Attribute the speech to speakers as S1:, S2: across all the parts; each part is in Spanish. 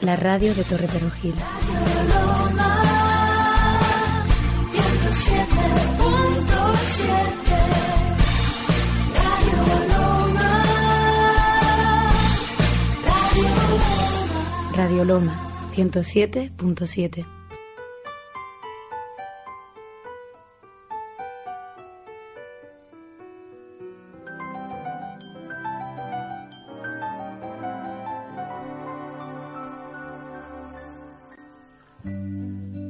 S1: La radio de Torre Perugil. Radio Loma 107.7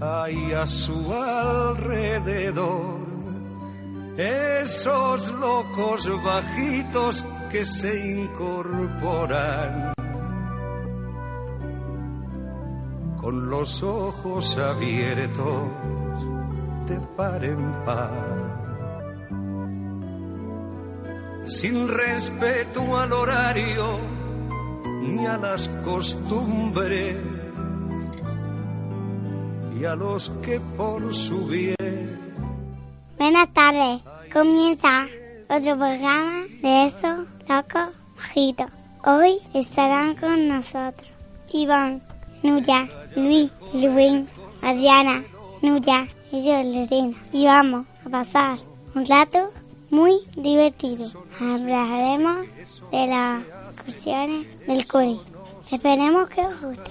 S2: hay a su alrededor. Esos locos bajitos que se incorporan con los ojos abiertos de par en par. Sin respeto al horario ni a las costumbres y a los que por su bien.
S3: Buenas tardes, comienza otro programa de esos locos bajitos. Hoy estarán con nosotros Iván, Nuya, Luis, Luis, Adriana, Nuya y yo, Lorena. Y vamos a pasar un rato muy divertido. Hablaremos de las excursiones del colegio. Esperemos que os guste.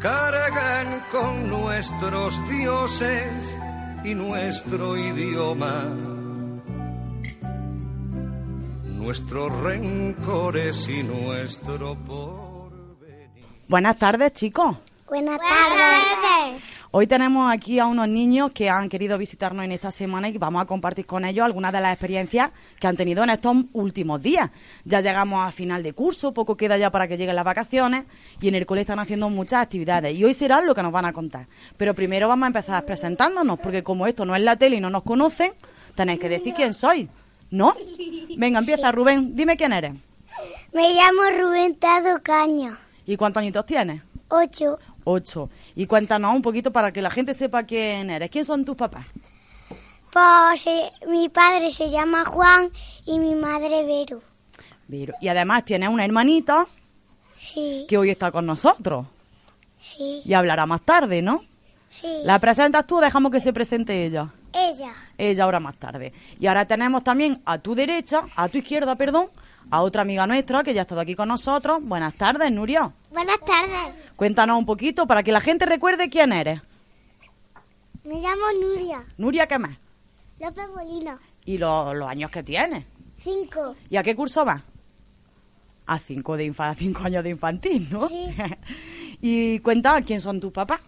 S2: Cargan con nuestros dioses y nuestro idioma, nuestros rencores y nuestro porvenir.
S4: Buenas tardes, chicos.
S3: Buenas, tardes.
S4: Hoy tenemos aquí a unos niños que han querido visitarnos en esta semana y vamos a compartir con ellos algunas de las experiencias que han tenido en estos últimos días. Ya llegamos al final de curso, poco queda ya para que lleguen las vacaciones y en el cole están haciendo muchas actividades y hoy será lo que nos van a contar. Pero primero vamos a empezar presentándonos porque como esto no es la tele y no nos conocen, tenéis que decir quién sois, ¿no? Venga, empieza Rubén, dime quién eres
S3: Me llamo Rubén Tado Caño.
S4: y cuántos añitos tienes.
S3: Ocho.
S4: Ocho. Y cuéntanos un poquito para que la gente sepa quién eres. ¿Quién son tus papás?
S3: Pues eh, mi padre se llama Juan y mi madre Vero.
S4: Vero. Y además tienes una hermanita
S3: Sí,
S4: que hoy está con nosotros
S3: sí,
S4: y hablará más tarde, ¿no?
S3: sí.
S4: ¿La presentas tú o dejamos que se presente ella?
S3: Ella.
S4: Ella ahora más tarde. Y ahora tenemos también a tu derecha, a tu izquierda, perdón, a otra amiga nuestra que ya ha estado aquí con nosotros. Buenas tardes, Nuria.
S3: Buenas tardes.
S4: Cuéntanos un poquito para que la gente recuerde quién eres.
S3: Me llamo Nuria
S4: Nuria, ¿qué más?
S3: López Molina.
S4: Y lo- los años que tienes.
S3: Cinco.
S4: ¿Y a qué curso vas? A cinco, de infa- a cinco años de infantil, ¿no?
S3: Sí.
S4: y cuenta quién son tus papás.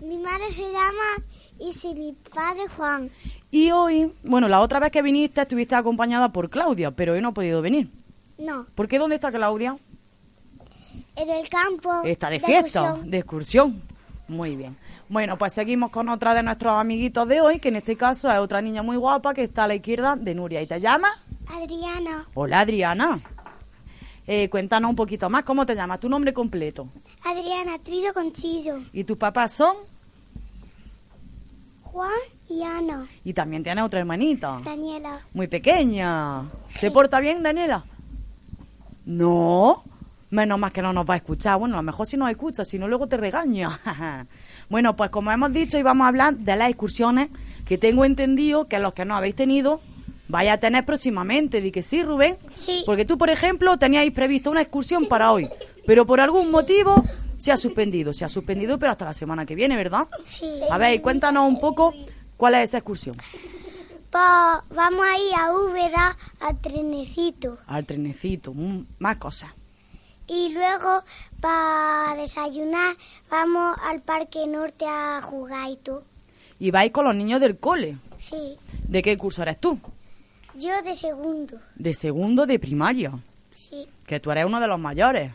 S3: Mi madre se llama y si mi padre Juan.
S4: Y hoy, bueno, la otra vez que viniste estuviste acompañada por Claudia, pero hoy no ha podido venir.
S3: No,
S4: ¿Por qué? ¿Dónde está Claudia?
S3: en el campo.
S4: Está de fiesta,
S3: Oh, excursión.
S4: de excursión. Muy bien. Bueno, pues seguimos con otra de nuestros amiguitos de hoy, que en este caso es otra niña muy guapa que está a la izquierda de Nuria. ¿Y te llama?
S3: Adriana.
S4: Hola, Adriana. Eh, cuéntanos un poquito más, ¿cómo te llamas? Tu nombre completo.
S3: Adriana, trillo con chillo.
S4: ¿Y tus papás son?
S3: Juan y Ana.
S4: Y también tienes otra hermanita.
S3: Daniela.
S4: Muy pequeña. ¿Se porta bien, Daniela? No. Menos más que no nos va a escuchar. Bueno, a lo mejor si nos escucha, si no, luego te regaña. bueno, pues como hemos dicho, hoy vamos a hablar de las excursiones que tengo entendido que los que no habéis tenido vaya a tener próximamente. Di que sí, Rubén.
S3: Sí.
S4: Porque tú, por ejemplo, teníais previsto una excursión para hoy, pero por algún motivo se ha suspendido. Se ha suspendido, pero hasta la semana que viene, ¿verdad?
S3: Sí.
S4: A ver, y cuéntanos un poco cuál es esa excursión.
S3: Pues vamos a ir a Úbeda a Trenecito.
S4: Al trenecito, mm, más cosas.
S3: Y luego para desayunar vamos al Parque Norte a jugar y tú.
S4: Y vais con los niños del cole.
S3: Sí.
S4: ¿De qué curso eres tú?
S3: Yo de segundo.
S4: De segundo de primaria.
S3: Sí.
S4: Que tú eres uno de los mayores.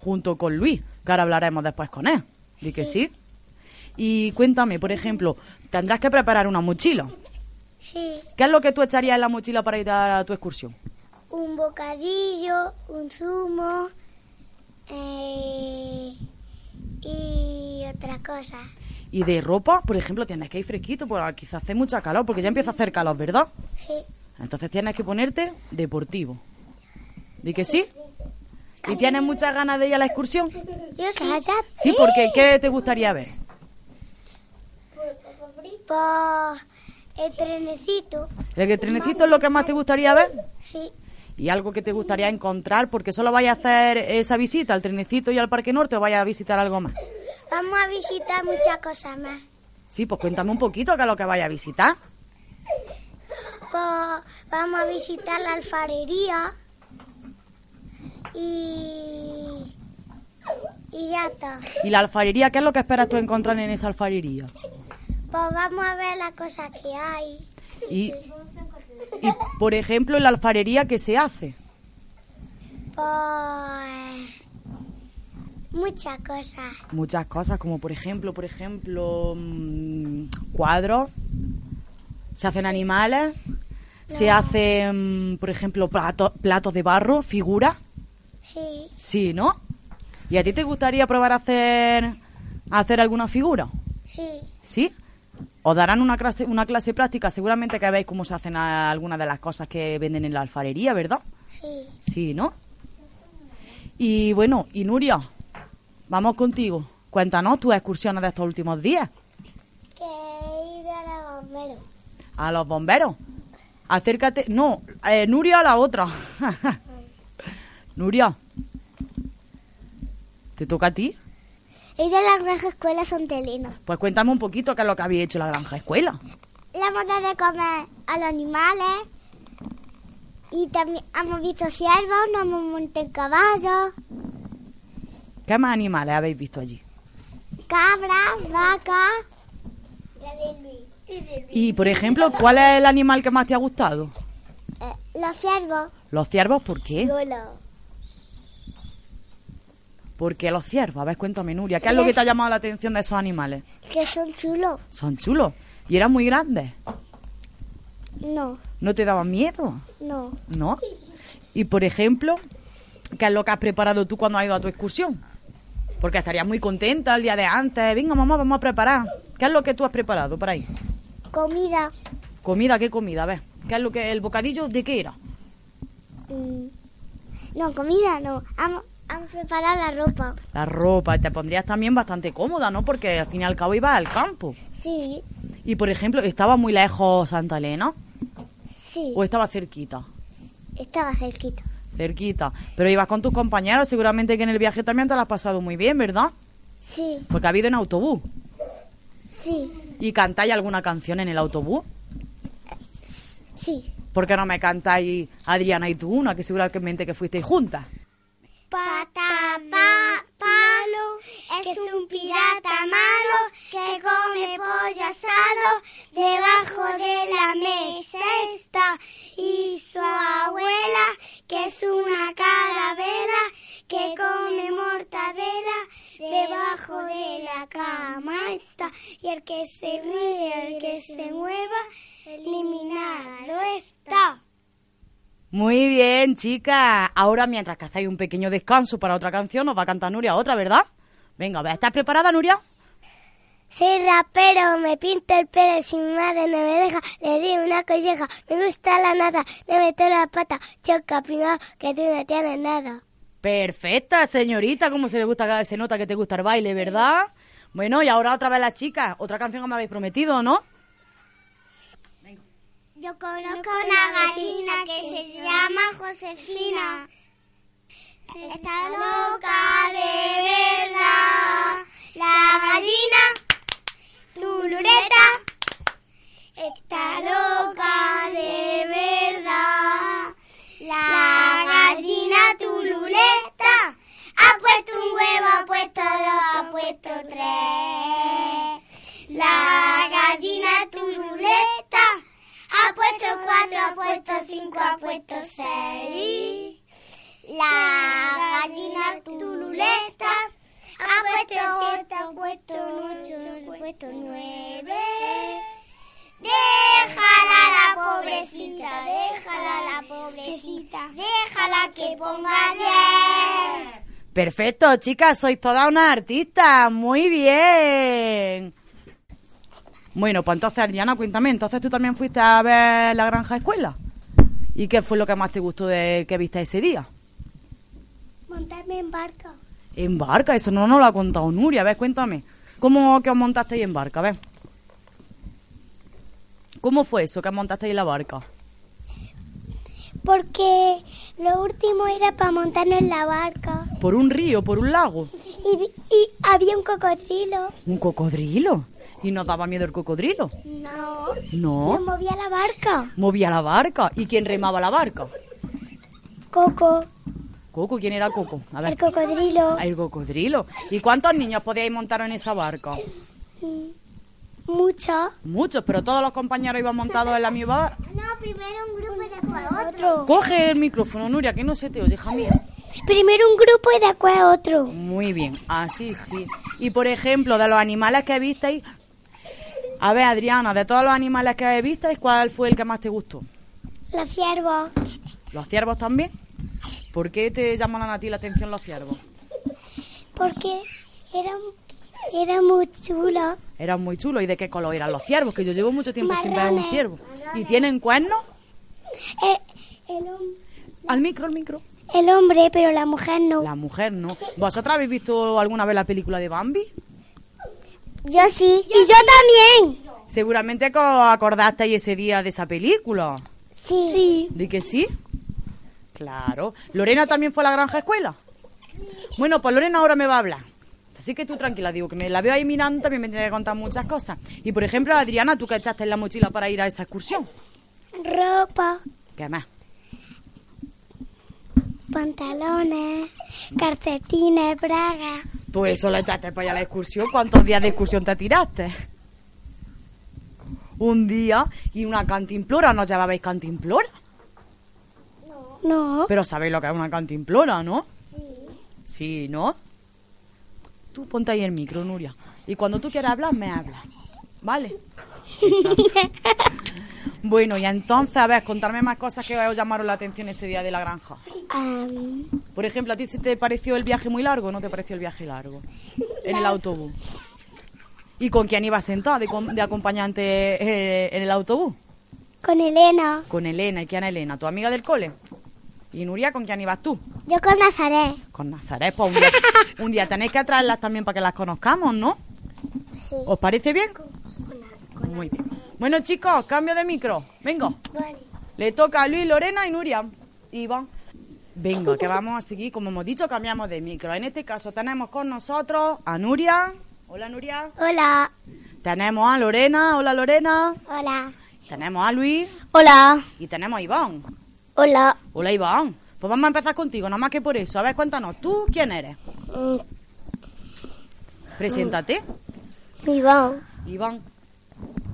S4: Junto con Luis, que ahora hablaremos después con él. Di que sí. Y cuéntame, por ejemplo, tendrás que preparar una mochila.
S3: Sí.
S4: ¿Qué es lo que tú echarías en la mochila para ir a tu excursión?
S3: Un bocadillo, un zumo eh, y otra cosa.
S4: Y de ropa, por ejemplo, tienes que ir fresquito, porque quizás hace mucha calor, porque ya empieza a hacer calor, ¿verdad?
S3: Sí.
S4: Entonces tienes que ponerte deportivo. ¿Di que sí? ¿Y tienes muchas ganas de ir a la excursión?
S3: Yo sí.
S4: Sí, porque ¿qué te gustaría ver?
S3: Pues el trenecito.
S4: ¿El que trenecito es lo que más te gustaría ver?
S3: Sí.
S4: ¿Y algo que te gustaría encontrar? Porque solo vayas a hacer esa visita al trenecito y al Parque Norte o vayas a visitar algo más.
S3: Vamos a visitar muchas cosas más.
S4: Sí, pues cuéntame un poquito qué es lo que vayas a visitar.
S3: Pues vamos a visitar la alfarería y, y ya está.
S4: ¿Y la alfarería? ¿Qué es lo que esperas tú encontrar en esa alfarería?
S3: Pues vamos a ver las cosas que hay.
S4: Y, y, por ejemplo, en la alfarería, ¿qué se hace?
S3: Pues muchas cosas.
S4: Muchas cosas, como por ejemplo, por ejemplo, mm, cuadros, se hacen animales, se hacen, por ejemplo, plato- platos de barro, figuras.
S3: Sí,
S4: Sí, ¿no? ¿Y a ti te gustaría probar a hacer, a hacer alguna figura?
S3: sí,
S4: ¿Sí? Os darán una clase, una clase práctica, seguramente que veis cómo se hacen a- algunas de las cosas que venden en la alfarería, ¿verdad?
S3: sí.
S4: Sí, ¿no? Y bueno, y Nuria, vamos contigo. Cuéntanos tus excursiones de estos últimos días
S3: Que ir a la bombero.
S4: a los bomberos. Acércate. No, eh, Nuria a la otra. Nuria, ¿te toca a ti?
S3: Ir a la granja escuela Sontelino.
S4: Pues cuéntame un poquito qué es lo que había hecho en la granja escuela.
S3: Le hemos dado de comer a los animales y también hemos visto ciervos, nos hemos montado en caballos,
S4: ¿Qué más animales habéis visto allí?
S3: cabras, vacas. La de Luis. eh,
S4: Y, por ejemplo, ¿cuál es el animal que más te ha gustado?
S3: los ciervos.
S4: ¿Los ciervos? ¿Por qué?
S3: Solo.
S4: ¿Por qué los ciervos? A ver, cuéntame, Nuria, ¿qué es lo que te ha llamado la atención de esos animales?
S3: Que son chulos.
S4: Son chulos. Y eran muy grandes.
S3: No,
S4: ¿No te daban miedo?
S3: no.
S4: ¿No? Y por ejemplo, ¿qué es lo que has preparado tú cuando has ido a tu excursión? Porque estarías muy contenta el día de antes. Venga, mamá, vamos a preparar. ¿Qué es lo que tú has preparado para ir?
S3: Comida.
S4: Comida, ¿qué comida? A ver, ¿qué es lo que el bocadillo de qué era?
S3: mm, No, comida no. Hemos, hemos preparado la ropa.
S4: La ropa, te pondrías también bastante cómoda, ¿no? Porque al fin y al cabo ibas al campo.
S3: Sí,
S4: Y por ejemplo, ¿estaba muy lejos Santa Elena
S3: sí.
S4: o estaba cerquita?
S3: Estaba cerquita.
S4: Cerquita. Pero ibas con tus compañeros, seguramente que en el viaje también te lo has pasado muy bien, ¿verdad?
S3: Sí,
S4: Porque ha habido en autobús.
S3: sí,
S4: ¿Y cantáis alguna canción en el autobús?
S3: sí.
S4: ¿Por qué no me cantáis Adriana y tú una, que seguramente que fuisteis juntas?
S3: Pata pa, palo es un pirata malo que come pollo asado debajo de la mesa está y su abuela que es una carabela que come mortadela debajo de la cama está y el que se ríe el que se mueva eliminado está
S4: Muy bien, chicas. Ahora, mientras que hacéis un pequeño descanso para otra canción, os va a cantar Nuria otra, ¿verdad? Venga, a ver, ¿estás preparada, Nuria?
S3: Soy rapero, me pinto el pelo, si mi madre no me deja, le di una colleja, me gusta la nata, le meto la pata, choca, pringao, que tú no tienes nada.
S4: Perfecta, señorita. Como se le gusta, se nota que te gusta el baile, ¿verdad? Bueno, y ahora otra vez las chicas. Otra canción que me habéis prometido, ¿no?
S3: Yo conozco una gallina que se llama Josefina. Está loca de verla. La gallina, turureta. Está loca de verla. La gallina turuleta ha puesto un huevo, ha puesto dos, ha puesto tres. La gallina turuleta ha puesto cuatro, ha puesto cinco, ha puesto seis. La gallina turuleta ha puesto siete, ha puesto ocho, ha puesto nueve. Déjala la pobrecita, déjala la pobrecita, déjala que ponga diez.
S4: Perfecto, chicas, sois todas unas artistas. Muy bien. Bueno, pues entonces, Adriana, cuéntame, entonces tú también fuiste a ver la granja escuela. ¿Y qué fue lo que más te gustó de que viste ese día?
S3: Montarme en barco.
S4: En barca, eso no nos lo ha contado Nuria. A ver, cuéntame. ¿Cómo que os montasteis en barca? A ver. ¿Cómo fue eso que montasteis la barca?
S3: Porque lo último era para montarnos en la barca.
S4: ¿Por un río, por un lago?
S3: Y, vi- y había un cocodrilo.
S4: ¿Un cocodrilo? ¿Y nos daba miedo el cocodrilo?
S3: No.
S4: No.
S3: movía la barca.
S4: Movía la barca. ¿Y quién remaba la barca?
S3: Coco,
S4: Coco, ¿quién era Coco? A ver.
S3: el cocodrilo.
S4: Ah, El cocodrilo. ¿Y cuántos niños podíais montar en esa barca?
S3: Mucho.
S4: Muchos, pero todos los compañeros iban montados en la misma barca.
S3: No, primero un grupo y después otro.
S4: Coge el micrófono, Nuria, que no se te oye, hija mía.
S3: Primero un grupo y después otro.
S4: Muy bien, así sí. Y por ejemplo, de los animales que visteis. A ver, Adriana, de todos los animales que visteis, ¿cuál fue el que más te gustó?
S3: Los ciervos.
S4: ¿Los ciervos también? ¿Por qué te llaman a ti la atención los ciervos?
S3: Porque era, era muy chulo.
S4: Eran muy chulos. ¿Y de qué color eran los ciervos? Que yo llevo mucho tiempo sin ver un
S3: Marrones.
S4: ciervo. ¿Y tienen cuernos?
S3: Eh, El, hom-
S4: Al micro, al micro.
S3: el hombre, pero la mujer no.
S4: La mujer, ¿no? ¿Vosotras habéis visto alguna vez la película de Bambi?
S3: Yo sí. y yo también.
S4: Seguramente que os acordasteis ese día de esa película.
S3: Sí. sí.
S4: ¿De que sí? Claro. ¿Lorena también fue a la granja escuela? Bueno, pues Lorena ahora me va a hablar. Así que tú tranquila, digo, que me la veo ahí mirando, también me tiene que contar muchas cosas. Y por ejemplo, Adriana, tú que echaste en la mochila para ir a esa excursión.
S3: Ropa,
S4: ¿Qué más?
S3: pantalones, calcetines, bragas.
S4: Tú eso lo echaste para allá a la excursión. ¿Cuántos días de excursión te tiraste? Un día y una cantimplora. ¿No llevabais cantimplora?
S3: No.
S4: Pero sabéis lo que es una cantimplora, ¿no? Sí. Sí, ¿no? Tú ponte ahí el micro, Nuria. Y cuando tú quieras hablar, me hablas. ¿Vale? Bueno, y entonces, a ver, contarme más cosas que os llamaron la atención ese día de la granja.
S3: Am,
S4: Por ejemplo, ¿a ti se te pareció el viaje muy largo o no te pareció el viaje largo? En el autobús. ¿Y con quién ibas sentada de, com- de acompañante eh, en el autobús?
S3: con Elena.
S4: Con Elena. ¿Y quién es Elena? ¿Tu amiga del cole? ¿Y Nuria con quién ibas tú?
S3: Yo con Nazaret.
S4: Con Nazaret, pues un día, un día tenéis que traerlas también para que las conozcamos, ¿no?
S3: Sí.
S4: ¿Os parece bien? Muy bien. Bueno, chicos, cambio de micro. Vengo. Le toca a Luis, Lorena y Nuria. Iván. Venga, que vamos a seguir. Como hemos dicho, cambiamos de micro. En este caso tenemos con nosotros a Nuria. Hola, Nuria.
S3: Hola.
S4: Tenemos a Lorena. Hola, Lorena.
S3: Hola.
S4: Tenemos a Luis.
S3: Hola.
S4: Y tenemos a Iván.
S3: Hola.
S4: Hola, Iván. Pues vamos a empezar contigo, nada más que por eso. A ver, cuéntanos, ¿tú quién eres?
S3: Mm,
S4: Preséntate.
S3: Iván.
S4: Iván.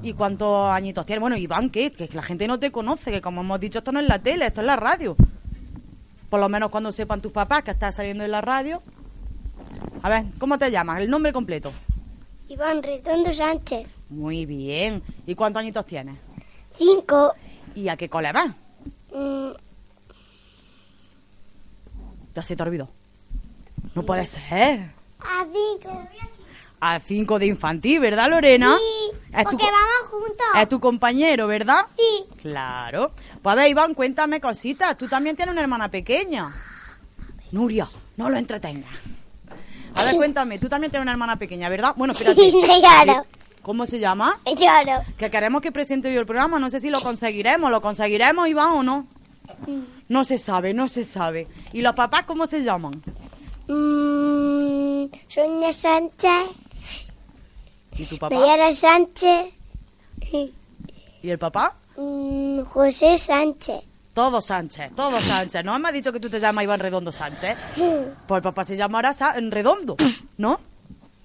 S4: ¿Y cuántos añitos tienes? Bueno, Iván, ¿qué? Que la gente no te conoce, que como hemos dicho, esto no es la tele, esto es la radio. Por lo menos cuando sepan tus papás que estás saliendo en la radio. A ver, ¿cómo te llamas? El nombre completo.
S3: Iván Redondo Sánchez.
S4: Muy bien. ¿Y cuántos añitos tienes?
S3: Cinco.
S4: ¿Y a qué cole vas?
S3: Mm,
S4: Ya se te olvidó. No puede ser.
S3: A cinco.
S4: A cinco de infantil, ¿verdad, Lorena?
S3: Sí.
S4: Es tu
S3: Porque
S4: co-
S3: vamos juntos.
S4: Es tu compañero, ¿verdad?
S3: Sí.
S4: Claro. Pues a ver, Iván, cuéntame cositas. Tú también tienes una hermana pequeña. Nuria, no lo entretengas. A ver, cuéntame, tú también tienes una hermana pequeña, ¿verdad? Bueno, espérate.
S3: Claro.
S4: ¿Cómo se llama?
S3: Lloro.
S4: Que queremos que presente yo el programa. No sé si lo conseguiremos. ¿Lo conseguiremos, Iván, o no? No se sabe, no se sabe. ¿Y los papás cómo se llaman?
S3: Mm, Sonia Sánchez,
S4: ¿Y tu papá?
S3: Mayara Sánchez,
S4: ¿Y el papá?
S3: mm, José Sánchez.
S4: Todo Sánchez, todo Sánchez. No me ha dicho que tú te llamas Iván Redondo Sánchez. Pues el papá se llamará Sa- Redondo, ¿no?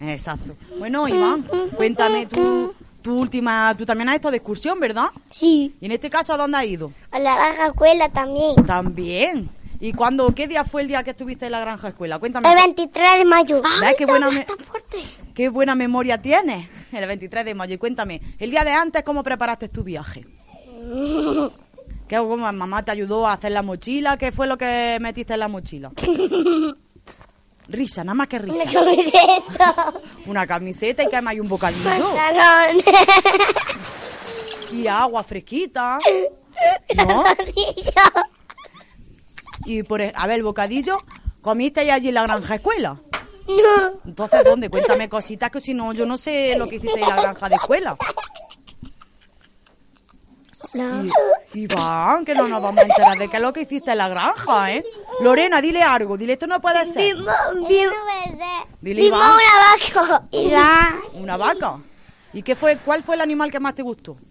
S4: Exacto. Bueno, Iván, cuéntame tú, tu última. Tú también has estado de excursión, ¿verdad?
S3: Sí.
S4: Y en este caso, ¿a dónde has ido?
S3: A la baja escuela también.
S4: También. ¿Y cuándo, qué día fue el día que estuviste en la granja escuela? Cuéntame.
S3: El 23 de mayo.
S4: Ay, Ah, qué buena me-
S3: fuerte.
S4: Qué buena memoria tienes. El 23 de mayo. Y cuéntame, el día de antes, ¿cómo preparaste tu viaje? ¿Qué, cómo mamá te ayudó a hacer la mochila? ¿Qué fue lo que metiste en la mochila? Risa, nada más que
S3: Una
S4: risa.
S3: camiseta.
S4: Una camiseta y que además hay un bocadillo.
S3: Pues, Pantalón.
S4: Y agua fresquita. ¿No?
S3: Bocadillo.
S4: Y por, e- a ver, el bocadillo, ¿comiste allí en la granja escuela?
S3: No.
S4: Entonces, ¿dónde? Cuéntame cositas que si no, yo no sé lo que hiciste en la granja de escuela.
S3: No.
S4: Y- Iván, que no nos vamos a enterar de qué es lo que hiciste en la granja, ¿eh? Lorena, dile algo, dile esto no puede ser.
S3: Vimos
S4: Dile, Iván.
S3: una vaca. Iván.
S4: Una vaca. ¿Y qué fue, cuál fue el animal que más te gustó?
S3: Un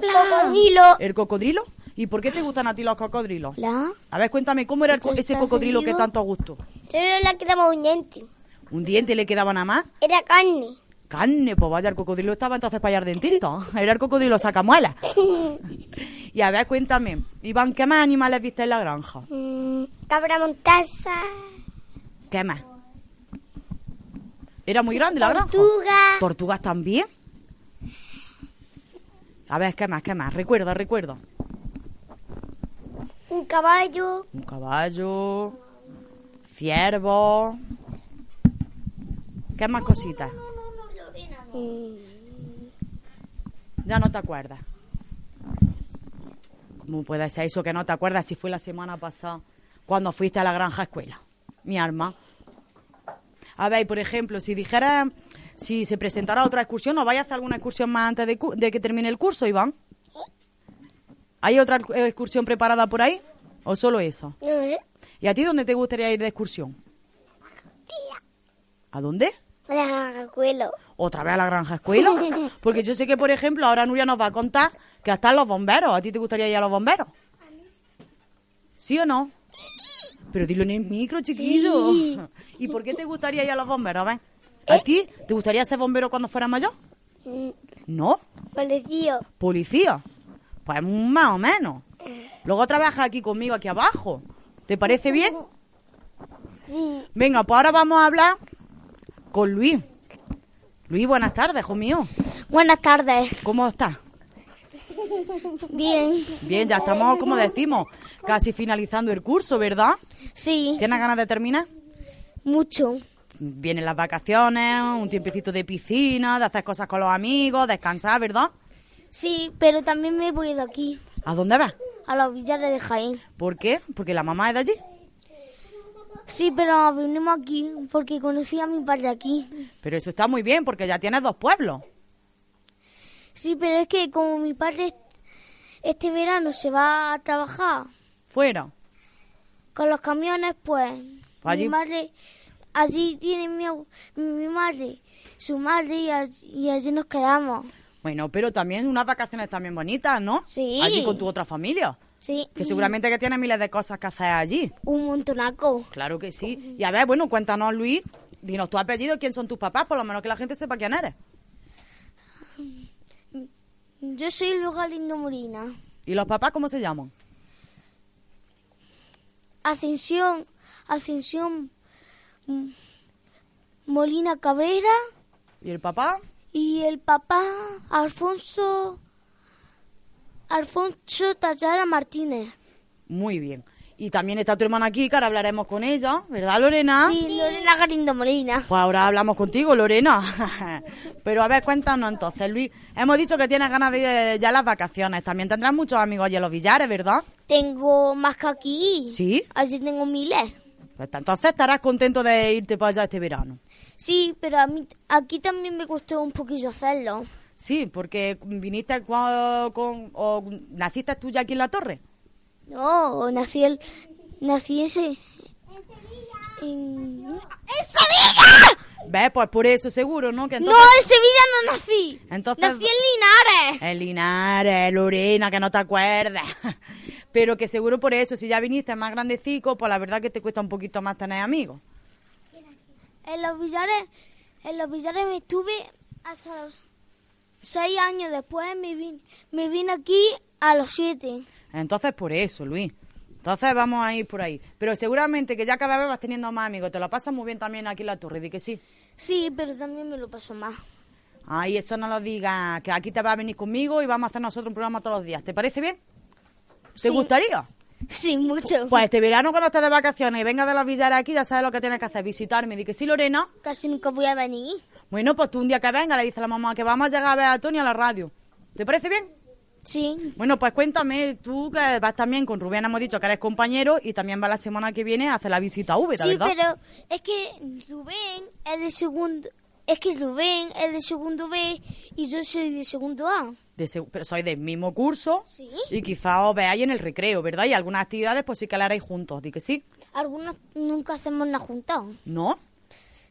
S3: cocodrilo.
S4: ¿El cocodrilo? ¿Y por qué te gustan a ti los cocodrilos?
S3: Hola.
S4: A ver, cuéntame, ¿cómo era el co-
S3: ¿Esto
S4: ese
S3: está
S4: cocodrilo que
S3: encendido?
S4: tanto gustó?
S3: Solo la quedaba un diente.
S4: ¿Un diente le quedaba nada más?
S3: Era carne.
S4: Carne, pues vaya, el cocodrilo estaba entonces para allá al dentista. Era el cocodrilo sacamuela. Y a ver, cuéntame, Iván, ¿qué más animales viste en la granja?
S3: Mm, cabra montasa.
S4: ¿Qué más? ¿Era muy grande la granja?
S3: Tortuga.
S4: ¿Tortugas también? A ver, ¿qué más? ¿Qué más? Recuerda, recuerda.
S3: Un caballo.
S4: Un caballo, ciervo. ¿Qué más cositas?
S3: Mm,
S4: Ya no te acuerdas. ¿Cómo puede ser eso que no te acuerdas si fue la semana pasada cuando fuiste a la granja escuela? Mi arma. A ver, y por ejemplo, si dijera, si se presentara otra excursión, ¿no vaya a hacer alguna excursión más antes de, cu- de que termine el curso, Iván? ¿Hay otra eh, excursión preparada por ahí? ¿O solo eso?
S3: No sé.
S4: ¿Y a ti dónde te gustaría ir de excursión? ¿A dónde?
S3: Hola, abuelo.
S4: ¿Otra vez a la granja escuela? Porque yo sé que, por ejemplo, ahora Nuria nos va a contar que están los bomberos. ¿A ti te gustaría ir a los bomberos? ¿Sí o no? Pero dilo en el micro, chiquillo. ¿Y por qué te gustaría ir a los bomberos? A ver, ¿A ti te gustaría ser bombero cuando fueras mayor?
S3: Mm,
S4: No.
S3: Policía.
S4: ¿Policía? Pues más o menos. Luego trabajas aquí conmigo, aquí abajo. ¿Te parece bien?
S3: Sí.
S4: Venga, pues ahora vamos a hablar con Luis. Luis, buenas tardes, hijo mío.
S3: Buenas tardes.
S4: ¿Cómo estás?
S3: Bien.
S4: Bien, ya estamos, como decimos, casi finalizando el curso, ¿verdad?
S3: Sí.
S4: ¿Tienes ganas de terminar?
S3: Mucho.
S4: Vienen las vacaciones, un tiempecito de piscina, de hacer cosas con los amigos, descansar, ¿verdad?
S3: Sí, pero también me voy de aquí.
S4: ¿A dónde vas?
S3: A los villares de Jaén.
S4: ¿Por qué? Porque la mamá es de allí.
S3: Sí, pero vinimos aquí porque conocí a mi padre aquí.
S4: Pero eso está muy bien, porque ya tienes dos pueblos.
S3: Sí, pero es que como mi padre est- este verano se va a trabajar
S4: Fuera.
S3: con los camiones, pues
S4: Allí-
S3: mi madre, allí tiene mi, abu- mi madre, su madre y allí, y allí nos quedamos.
S4: Bueno, pero también unas vacaciones también bonitas, ¿no?
S3: Sí.
S4: Allí con tu otra familia,
S3: Sí,
S4: que seguramente que tienes miles de cosas que hacer allí.
S3: un montonaco.
S4: Claro que sí. Y a ver, bueno, cuéntanos, Luis, dinos tu apellido, quién son tus papás, por lo menos que la gente sepa quién eres.
S3: Yo soy Luis Galindo Molina.
S4: ¿Y los papás cómo se llaman?
S3: Ascensión, Ascensión mm, Molina Cabrera
S4: ¿Y el papá?
S3: y el papá Alfonso Alfonso Tallada Martínez.
S4: Muy bien. Y también está tu hermana aquí, que ahora hablaremos con ella, ¿verdad, Lorena?
S3: Sí, Lorena Galindo Molina.
S4: Pues ahora hablamos contigo, Lorena. Pero a ver, cuéntanos entonces, Luis. Hemos dicho que tienes ganas de ir eh, ya a las vacaciones. También tendrás muchos amigos allí en los billares, ¿verdad?
S3: Tengo más que aquí.
S4: Sí.
S3: Allí tengo miles.
S4: Pues entonces estarás contento de irte para allá este verano.
S3: Sí, pero a mí, aquí también me costó un poquillo hacerlo.
S4: Sí, porque viniste cua- con, o naciste tú ya aquí en la torre.
S3: No, nací el, nací ese. En...
S5: ¡En Sevilla!
S4: ¿Ves? Pues por eso seguro, ¿no? Que
S3: No,
S4: entonces-
S3: en Sevilla no nací.
S4: Entonces-
S3: Nací en Linares.
S4: El Linares, Lorena, que no te acuerdas. Pero que seguro por eso, si ya viniste más grandecico, pues la verdad que te cuesta un poquito más tener amigos.
S3: En los billares, en los billares me estuve hasta los seis años después me vine, me vine aquí a los siete.
S4: Entonces por eso, Luis. Entonces vamos a ir por ahí. Pero seguramente que ya cada vez vas teniendo más amigos. Te lo pasas muy bien también aquí en la torre, di que sí.
S3: Sí, pero también me lo paso más.
S4: Ay, eso no lo digas, que aquí te vas a venir conmigo y vamos a hacer nosotros un programa todos los días. ¿Te parece bien? ¿Te
S3: Sí.
S4: gustaría?
S3: Sí, mucho.
S4: Pues este verano cuando estés de vacaciones y vengas de los billares aquí, ya sabes lo que tienes que hacer, visitarme. Di que sí, Lorena.
S3: Casi nunca voy a venir.
S4: Bueno, pues tú un día que venga le dices a la mamá que vamos a llegar a ver a Tony a la radio. ¿Te parece bien?
S3: Sí.
S4: Bueno, pues cuéntame, tú que vas también con Rubén, hemos dicho que eres compañero y también va la semana que viene a hacer Pues, la visita a Úbeda,
S3: Sí,
S4: ¿verdad?
S3: pero es que Rubén es de segundo, es que Rubén es de segundo B y yo soy de segundo A.
S4: De seg- pero sois del mismo curso
S3: Sí.
S4: y quizá os veáis en el recreo, ¿verdad? Y algunas actividades pues sí que las haréis juntos, di que sí,
S3: Algunos nunca hacemos nada juntados.
S4: ¿no?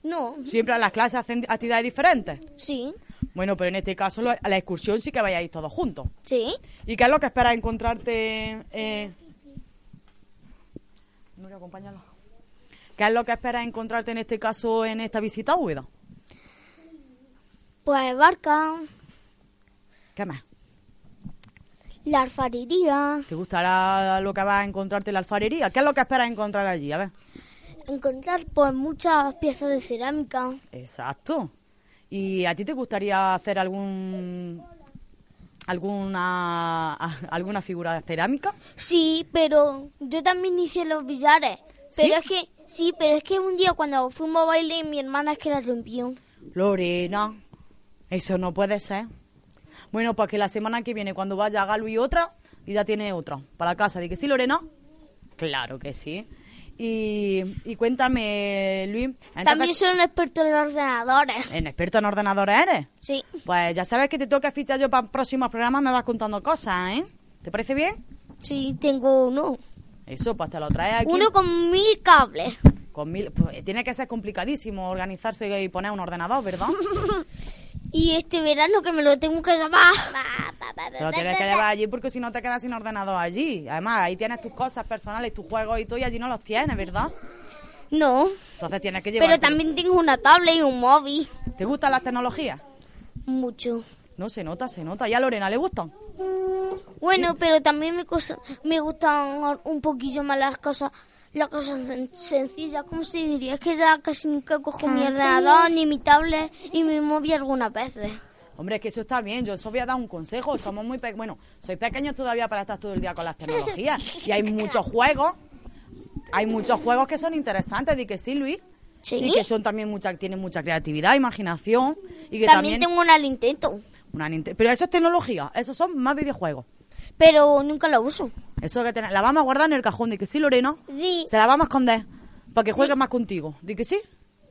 S3: No,
S4: Siempre en las clases hacen actividades diferentes.
S3: sí,
S4: Bueno, pero en este caso lo- a la excursión sí que vayáis todos juntos.
S3: sí.
S4: ¿Y qué es lo que esperas encontrarte? Eh... Nuria, acompáñala. ¿Qué es lo que esperas encontrarte en este caso en esta visita a Úbeda?
S3: Pues barca,
S4: ¿Qué más?
S3: la alfarería,
S4: ¿Te gustará lo que vas a encontrarte en la alfarería? ¿Qué es lo que esperas encontrar allí? A ver.
S3: encontrar pues muchas piezas de cerámica.
S4: Exacto. ¿Y a ti te gustaría hacer algún alguna alguna figura de cerámica?
S3: Sí, pero yo también hice los billares. Pero es que, sí, pero es que un día cuando fuimos a baile mi hermana es que las rompió.
S4: Ah, Lorena, eso no puede ser. Bueno, pues que la semana que viene, cuando vaya, haga Luis otra y ya tiene otra para la casa. ¿Di que sí, Lorena? Claro que sí. Y, y cuéntame, Luis. entonces,
S3: También soy un experto en los ordenadores.
S4: ¿En experto en ordenadores eres?
S3: Sí,
S4: Pues ya sabes que te toca fichar yo para próximos programas, me vas contando cosas, ¿eh? ¿Te parece bien?
S3: sí, tengo uno.
S4: Eso, pues te lo traes aquí.
S3: Uno con mil cables.
S4: Con mil, pues, tiene que ser complicadísimo organizarse y poner un ordenador, ¿verdad?
S3: Y este verano que me lo tengo que llevar.
S4: Te lo tienes que llevar allí porque si no te quedas sin ordenador allí. Además, ahí tienes tus cosas personales, tus juegos y todo, y allí no los tienes, ¿verdad?
S3: No,
S4: Entonces tienes que llevar.
S3: pero también tengo una tablet y un móvil.
S4: ¿Te gustan las tecnologías?
S3: Mucho.
S4: No, se nota, se nota. ¿Y a Lorena le gustan?
S3: Bueno, pero también me, cosa- me gustan un poquillo más las cosas las cosas sen- sencillas. ¿Cómo se diría? Es que ya casi nunca cojo mi ordenador, ni mi tablet y mi móvil algunas veces.
S4: Hombre, es que eso está bien. Yo os voy a dar un consejo. Somos muy pe- bueno, sois pequeños todavía para estar todo el día con las tecnologías. Y hay muchos juegos. Hay muchos juegos que son interesantes, di que sí, Luis.
S3: Sí.
S4: Y que son también mucha, tienen mucha creatividad, imaginación. Y que
S3: También,
S4: también,
S3: tengo una Nintendo,
S4: una Ninte- Pero eso es tecnología, esos son más videojuegos.
S3: pero nunca la uso.
S4: Eso que tenés- La vamos a guardar en el cajón, di que sí, Lorena.
S5: Sí,
S4: Se la vamos a esconder. Para que juegue más contigo. Di que sí.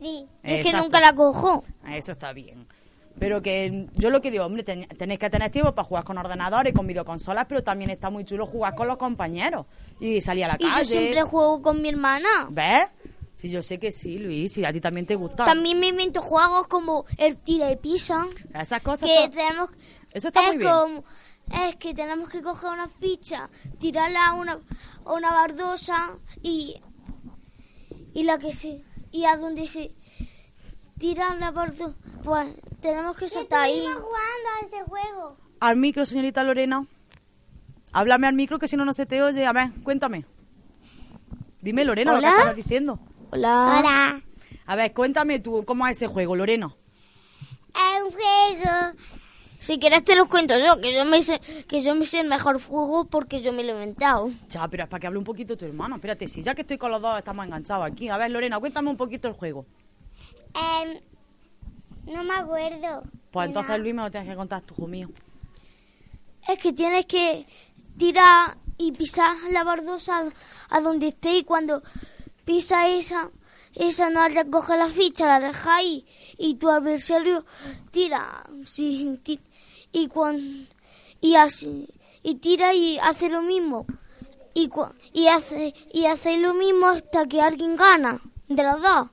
S5: sí.
S3: Es que
S4: Exacto.
S3: nunca la cojo.
S4: Eso está bien. Pero que yo lo que digo, hombre, ten- tenéis que tener tiempo para jugar con ordenadores, con videoconsolas, pero también está muy chulo jugar con los compañeros y salir a la
S3: Y yo
S4: calle.
S3: siempre juego con mi hermana.
S4: ¿Ves? Si yo sé que sí, Luis, si a ti también te gusta.
S3: También me invento juegos como el tira y pisa.
S4: Esas cosas
S3: Que
S4: son-
S3: tenemos.
S4: Eso está
S3: es
S4: muy bien.
S3: como- es que tenemos que coger una ficha, tirarla a una, a una bardosa y. Y la que se. Y a donde se. Tiran la bardosa. Pues tenemos que saltar ahí.
S5: Estuvimos jugando a ese juego.
S4: Al micro, señorita Lorena. Háblame al micro que si no, no se te oye. A ver, cuéntame. Dime, Lorena, lo
S3: ¿Hola?
S4: que estabas diciendo.
S3: Hola.
S5: Hola.
S4: A ver, cuéntame tú cómo es ese juego, Lorena.
S5: Es un juego.
S3: Si quieres te los cuento yo, que yo me sé, que yo me sé el mejor juego porque yo me lo he inventado.
S4: Ya, pero es para que hable un poquito tu hermano. Espérate, si ya que estoy con los dos estamos enganchados aquí. A ver, Lorena, cuéntame un poquito el juego.
S5: Em, no me acuerdo.
S4: Pues entonces, Luis, me lo tienes que contar tú, hijo mío.
S3: Es que tienes que tirar y pisar la bardosa a- a donde esté y cuando pisa esa, esa no recoge la ficha, la deja ahí y tu adversario tira, si, ti- y cuan- y así y tira y hace lo mismo y cua- y hace y hace lo mismo hasta que alguien gana de los dos.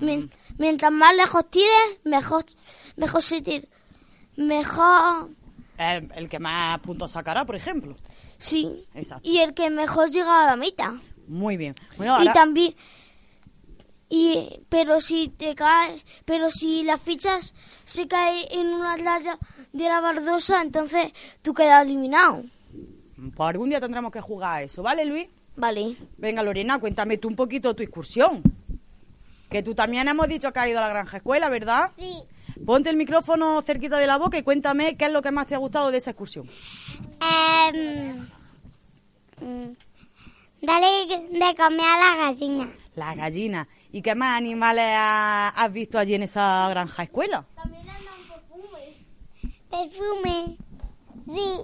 S3: Mien- mientras más lejos tires, mejor mejor se tira. Mejor
S4: El, el que más puntos sacará, por ejemplo.
S3: sí.
S4: Exacto.
S3: Y el que mejor llega a la mitad.
S4: Muy bien. Bueno,
S3: Y
S4: ahora-
S3: también y pero si te cae, pero si las fichas se caen en una laya de la bardosa, entonces tú quedas eliminado.
S4: pues algún día tendremos que jugar a eso, ¿vale, Luis?
S3: Vale.
S4: Venga, Lorena, cuéntame tú un poquito tu excursión. Que tú también hemos dicho que has ido a la granja escuela, ¿verdad?
S6: Sí.
S4: Ponte el micrófono cerquita de la boca y cuéntame qué es lo que más te ha gustado de esa excursión.
S6: Em, mm, dale de comer a la gallina.
S4: La gallina. ¿Y qué más animales ha- has visto allí en esa granja escuela?
S6: Perfume. Sí.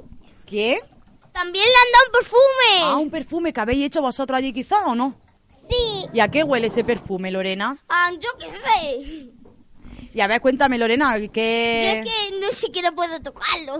S4: ¿Qué?
S3: También le han dado un
S4: Ah,
S3: perfume.
S4: un perfume que habéis hecho vosotros allí quizá, ¿o no?
S6: Sí.
S4: ¿Y a qué huele ese perfume, Lorena?
S3: Ah, yo qué sé.
S4: Y a ver, cuéntame, Lorena,
S3: Yo
S4: ¿qué...?
S3: es que no siquiera puedo tocarlo.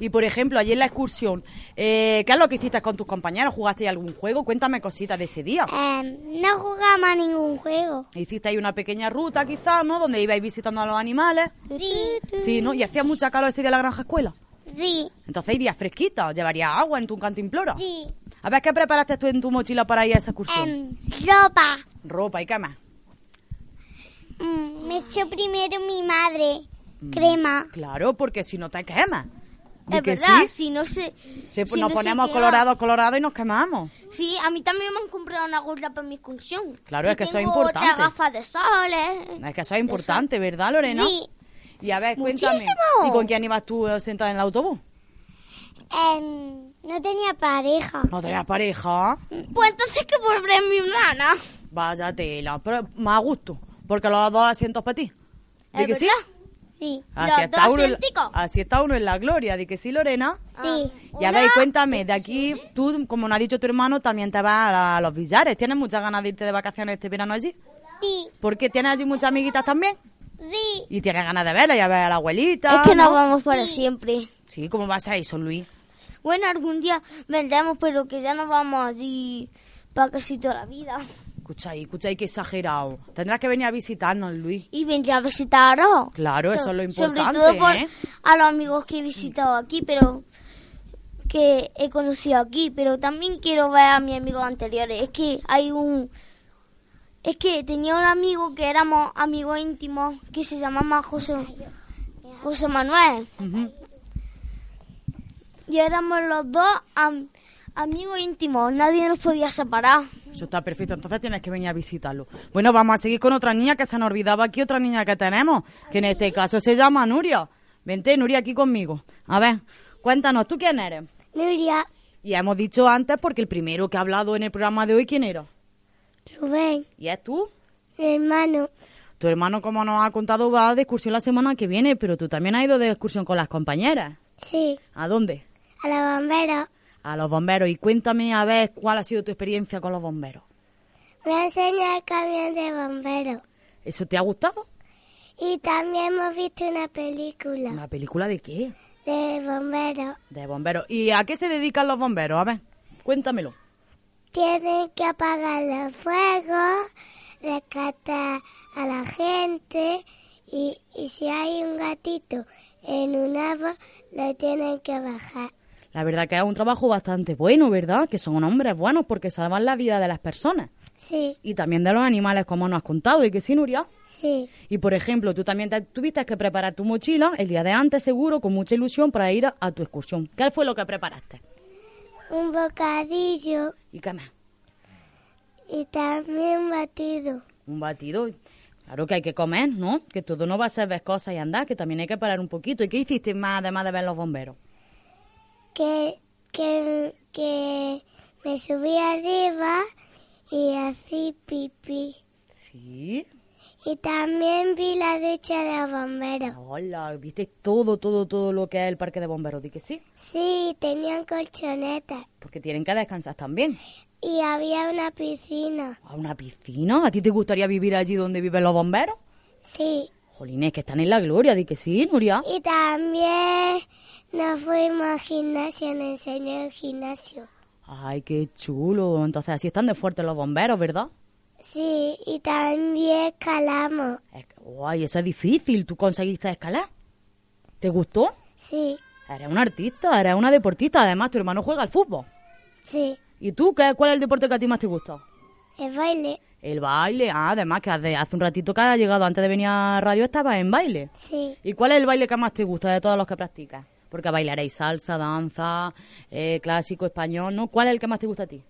S4: Y, por ejemplo, allí en la excursión, eh, ¿qué es lo que hiciste con tus compañeros? ¿Jugaste algún juego? Cuéntame cositas de ese día.
S6: Em, no jugamos a ningún juego.
S4: Hiciste ahí una pequeña ruta, quizás, ¿no? Donde ibais visitando a los animales.
S6: Sí.
S4: Sí, ¿no? Y hacía mucha calor ese día en la granja escuela.
S6: Sí.
S4: Entonces irías fresquita, llevarías agua en tu cantimplora.
S6: Sí.
S4: A ver, ¿qué preparaste tú en tu mochila para ir a esa excursión?
S6: Em, ropa.
S4: Ropa y qué más.
S6: Mm, me echó primero mi madre.
S4: Mm.
S6: Crema.
S4: Claro, porque si no te quemas. Di
S3: Es
S4: que
S3: verdad,
S4: sí.
S3: si no sé.
S4: Sí, pues
S3: si no
S4: nos
S3: sé
S4: ponemos
S3: qué
S4: colorados, colorados y nos quemamos.
S3: hago. Sí, a mí también me han comprado una gorra para mi excursión.
S4: Claro, es que eso es
S3: tengo otra
S4: importante.
S3: gafas de sol. eh.
S4: Es que eso es importante, ¿verdad, Lorena?
S6: Sí.
S4: Y a ver, cuéntame.
S3: Muchísimo.
S4: ¿Y con quién ibas tú eh, sentada en el autobús?
S6: Em, no tenía pareja.
S4: No tenías pareja.
S3: Pues entonces que volveré mi rana.
S4: Vaya tela, pero más a gusto. Porque los dos asientos para ti. ¿Di
S3: ¿Es
S4: que sí? Ah,
S3: verdad?
S6: Sí.
S4: Así
S3: Los
S4: está,
S3: dos
S4: uno, en-
S3: asienticos.
S4: así está uno en la gloria, ¿di que sí, Lorena?
S6: Sí.
S4: Y a ver, cuéntame, de aquí, tú, como nos ha dicho tu hermano, también te vas a, a los billares. ¿Tienes muchas ganas de irte de vacaciones este verano allí?
S6: Sí.
S4: ¿Por qué tienes allí muchas amiguitas también?
S6: Sí.
S4: Y tienes ganas de verla y a ver a la abuelita.
S3: es que nos vamos para siempre.
S4: Sí, ¿cómo vas a eso, Luis?
S3: Bueno, algún día vendremos, pero que ya nos vamos allí para casi toda la vida.
S4: Escucha ahí, escucha ahí, que exagerado. Tendrás que venir a visitarnos, Luis.
S3: Y vendré a visitaros.
S4: Claro, eso es lo importante,
S3: Sobre todo por
S4: ¿eh?
S3: a los amigos que he visitado aquí, pero que he conocido aquí, pero también quiero ver a mis amigos anteriores. Es que hay un es que tenía un amigo que éramos amigos íntimos que se llamaba José José Manuel.
S4: Ujú.
S3: Y éramos los dos am- amigos íntimos, nadie nos podía separar.
S4: Eso está perfecto, entonces tienes que venir a visitarlo. Bueno, vamos a seguir con otra niña que se nos olvidaba aquí, otra niña que tenemos, que en este caso se llama Nuria. Vente, Nuria, aquí conmigo. A ver, cuéntanos, ¿tú quién eres?
S6: Nuria.
S4: Y hemos dicho antes, porque el primero que ha hablado en el programa de hoy, ¿quién era?
S6: Rubén.
S4: ¿Y es tú?
S6: Mi hermano.
S4: Tu hermano, como nos ha contado, va de excursión la semana que viene, pero tú también has ido de excursión con las compañeras.
S6: Sí.
S4: ¿A dónde?
S6: A la bombera.
S4: A los bomberos. Y cuéntame a ver cuál ha sido tu experiencia con los bomberos.
S6: Me enseñó el camión de bomberos.
S4: ¿Eso te ha gustado?
S6: Y también hemos visto una película
S4: ¿Una película de qué?
S6: de bomberos.
S4: De bomberos. ¿Y a qué se dedican los bomberos? A ver, cuéntamelo.
S6: Tienen que apagar los fuegos, rescatar a la gente y, y si hay un gatito en un árbol, lo tienen que bajar.
S4: La verdad que es un trabajo bastante bueno, ¿verdad? Que son hombres buenos porque salvan la vida de las personas.
S6: Sí,
S4: Y también de los animales, como nos has contado. ¿Y que sí, Nuria?
S6: sí,
S4: Y, por ejemplo, tú también te- tuviste que preparar tu mochila el día de antes, seguro, con mucha ilusión para ir a, a tu excursión. ¿Qué fue lo que preparaste?
S6: un bocadillo
S4: ¿Y qué más?
S6: y también un batido.
S4: Un batido. Claro que hay que comer, ¿no? Que todo no va a ser ver cosas y andar, que también hay que parar un poquito. ¿Y qué hiciste más además de ver los bomberos?
S6: Que, que, que me subí arriba y así pipí.
S4: Sí.
S6: Y también vi la ducha de bomberos.
S4: Hola, viste todo, todo, todo lo que es el parque de bomberos. Di que sí,
S6: Sí, tenían colchonetas
S4: porque tienen que descansar también.
S6: y había una piscina.
S4: ¿A una piscina? ¿A ti te gustaría vivir allí donde viven los bomberos?
S6: Sí,
S4: Jolines, que están en la gloria, di que sí, Nuria.
S6: Y también nos fuimos al gimnasio, nos enseñó el gimnasio.
S4: Ay, qué chulo. Entonces así están de fuertes los bomberos, ¿verdad?
S6: Sí, y también escalamos.
S4: Es que- Guay, eso es difícil. ¿Tú conseguiste escalar? ¿Te gustó?
S6: Sí,
S4: Eres una artista, eres una deportista. Además, tu hermano juega al fútbol.
S6: sí,
S4: ¿Y tú qué? ¿Cuál es el deporte que a ti más te gusta?
S6: el baile,
S4: El baile. Ah, además que hace, hace un ratito que has llegado, antes de venir a radio, estabas en baile.
S6: sí,
S4: ¿Y cuál es el baile que más te gusta de todos los que practicas? Porque bailaréis salsa, danza, eh, clásico, español, ¿no? ¿Cuál es el que más te gusta a ti?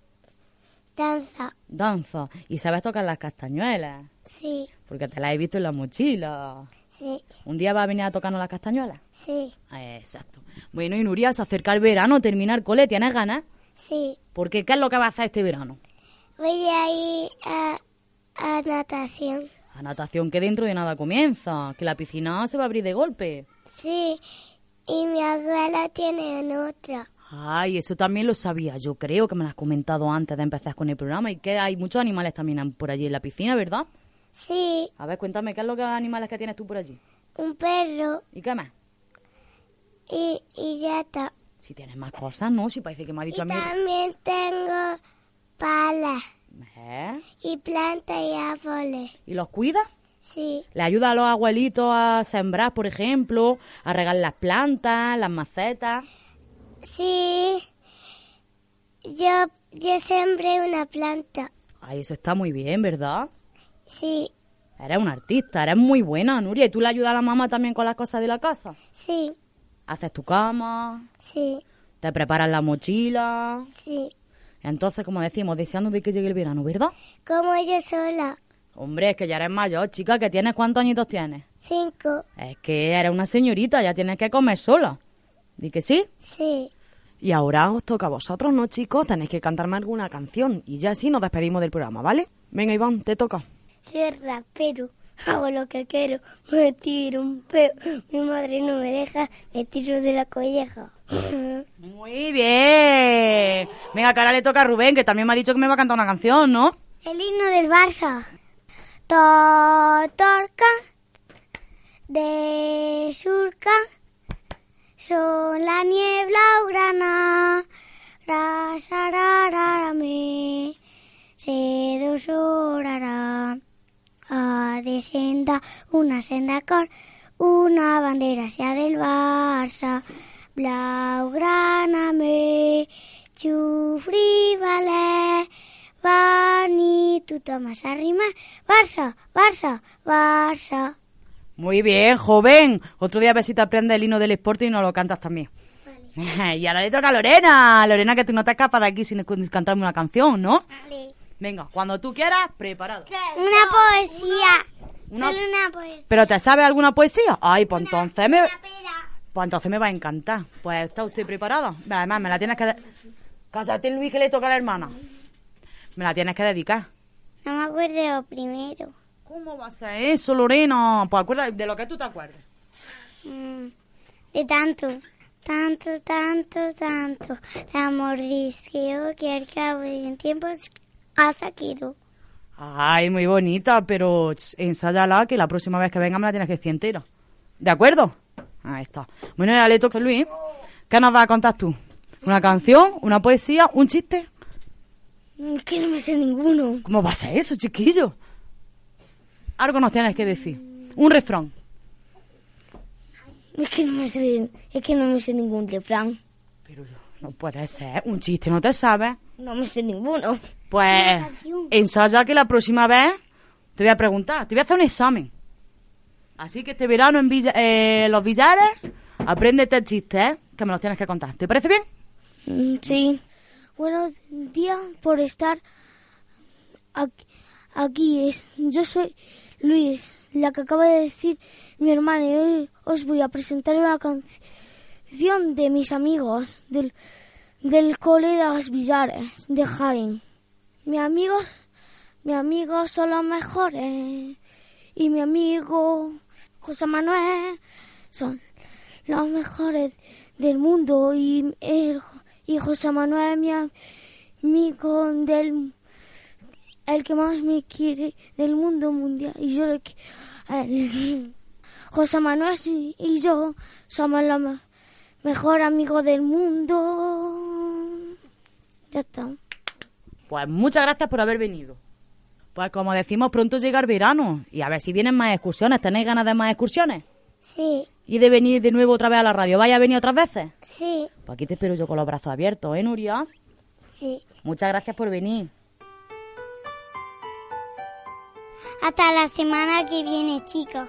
S6: danza,
S4: Danza. ¿Y sabes tocar las castañuelas?
S6: sí,
S4: Porque te las he visto en la mochila.
S6: sí,
S4: ¿Un día vas a venir a tocarnos las castañuelas?
S6: sí,
S4: Exacto. Bueno, y Nuria, se acerca el verano, terminar cole, ¿tienes ganas?
S6: sí.
S4: Porque ¿qué es lo que vas a hacer este verano?
S6: Voy a ir a, a natación.
S4: A natación que dentro de nada comienza, que la piscina se va a abrir de golpe.
S6: Sí, y mi abuela tiene en otra.
S4: Ay, eso también lo sabía, yo creo que me lo has comentado antes de empezar con el programa y que hay muchos animales también en- por allí en la piscina, ¿verdad?
S6: Sí,
S4: A ver, cuéntame, ¿qué es lo que animales que tienes tú por allí?
S6: un perro
S4: ¿Y qué más?
S6: y, y ya está.
S4: Si tienes más cosas, ¿no? Si parece que me ha
S6: Y
S4: dicho a mí...
S6: también tengo palas
S4: ¿Eh?
S6: y plantas y árboles.
S4: ¿Y los cuidas?
S6: Sí,
S4: Le ayuda a los abuelitos a sembrar, por ejemplo, a regar las plantas, las macetas.
S6: sí. Yo, yo sembré una planta.
S4: Ay, eso está muy bien, ¿verdad?
S6: Sí,
S4: Eres una artista, eres muy buena, Nuria. Y tú le ayudas a la mamá también con las cosas de la casa.
S6: sí,
S4: Haces tu cama,
S6: sí,
S4: te preparas la mochila.
S6: sí.
S4: Entonces, como decimos, deseando de que llegue el verano, ¿verdad?
S6: Como yo sola.
S4: Hombre, es que ya eres mayor, chica, que tienes cuántos añitos tienes.
S6: Cinco,
S4: Es que eres una señorita, ya tienes que comer sola. ¿Di que sí?
S6: sí.
S7: Y ahora os toca a vosotros, ¿no, chicos? Tenéis que cantarme alguna canción y ya así nos despedimos del programa, ¿vale? Venga, Iván, te toca.
S6: Soy rapero, hago lo que quiero, me tiro un peo, mi madre no me deja, me tiro de la colleja.
S4: Muy bien. Venga, que ahora le toca a Rubén, que también me ha dicho que me va a cantar una canción, ¿no?
S6: El himno del Barça. Totorca, de surca, son la niebla urana, rasarararame, se dosorará. Ha Ah, de senda, una senda con una bandera sea del Barça, blaugrana me, chufri vale, van y tú tomas arrima, Barça, Barça, Barça.
S4: Muy bien, joven. Otro día a ver si te aprendes el himno del esporte y nos lo cantas también. y ahora le toca a Lorena. Lorena, que tú no te escapas de aquí sin sin cantarme una canción, ¿no? Venga, cuando tú quieras, preparado.
S6: Una poesía.
S4: Una-
S6: Solo una poesía.
S4: ¿Pero te sabes alguna poesía? Ay, pues entonces me, pues entonces me va a encantar. Pues está usted preparada. Además, me la tienes que... de- Cállate, Luis, que le toca a la hermana. Me la tienes que dedicar.
S6: No me acuerdo primero.
S4: ¿Cómo va a ser eso, Lorena? Pues acuérdate de lo que tú te acuerdas.
S6: Mm, De tanto, tanto, tanto, tanto. La mordisqueo que al cabo de un tiempo s- casa quedó.
S4: Ay, muy bonita, pero ch, ensáyala que la próxima vez que venga me la tienes que decir entera. ¿De acuerdo? Ahí está. Bueno, ya le toca a Luis. ¿Qué nos vas a contar tú? ¿Una canción? ¿Una poesía? ¿Un chiste?
S8: Es que no me sé ninguno.
S4: ¿Cómo va a ser eso, chiquillo? Algo nos tienes que decir. Un refrán.
S8: Es que no me sé, es que no me sé ningún refrán.
S4: Pero no puede ser. Un chiste no te sabes.
S8: No me sé ninguno.
S4: Pues ensaya que la próxima vez te voy a preguntar, te voy a hacer un examen. Así que este verano en Villa- eh, los billares, apréndete el chiste, ¿eh? que me los tienes que contar. ¿Te parece bien?
S8: Mm, Sí. Buenos días por estar aquí, aquí es. Yo soy Luis, la que acaba de decir mi hermana y hoy os voy a presentar una canción de mis amigos del, del cole de las Villares de Jaén. Mi amigos, mi amigos son los mejores y mi amigo José Manuel son los mejores del mundo y, el, y José Manuel mi amigo del el que más me quiere del mundo mundial y yo le qui- a él.
S6: José Manuel y, y yo somos los me- mejor amigos del mundo. Ya está.
S4: Pues muchas gracias por haber venido. Pues como decimos, pronto llega el verano. Y a ver si vienen más excursiones. ¿Tenéis ganas de más excursiones?
S3: Sí,
S4: Y de venir de nuevo otra vez a la radio. ¿Vaya a venir otras veces?
S3: sí,
S4: Pues aquí te espero yo con los brazos abiertos, ¿eh, Nuria?
S3: sí.
S4: Muchas gracias por venir.
S3: Hasta la semana que viene, chicos.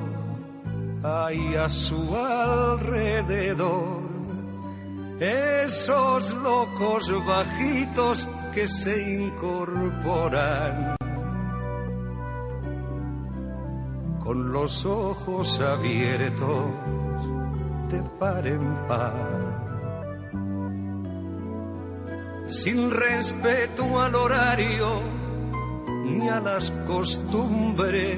S2: hay a su alrededor. Esos locos bajitos que se incorporan con los ojos abiertos de par en par. Sin respeto al horario ni a las costumbres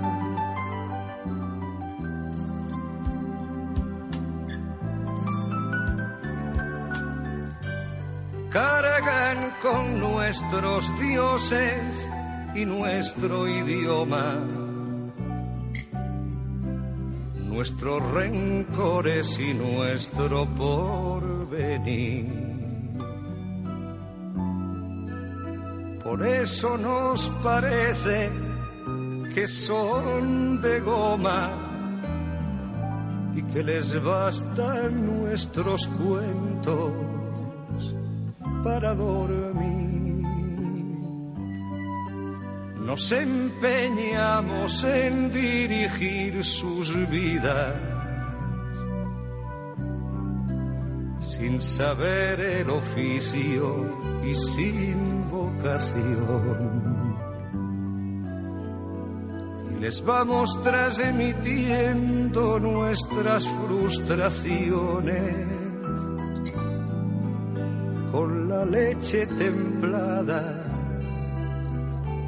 S2: cargan con nuestros dioses y nuestro idioma, nuestros rencores y nuestro porvenir. Por eso nos parece que son de goma y que les bastan nuestros cuentos para dormir. Nos empeñamos en dirigir sus vidas sin saber el oficio y sin vocación. Y les vamos transmitiendo nuestras frustraciones con la leche templada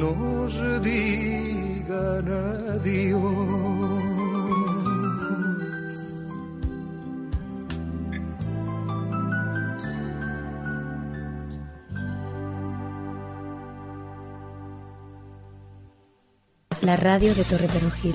S2: nos digan adiós.
S1: La radio de Torre Perugil.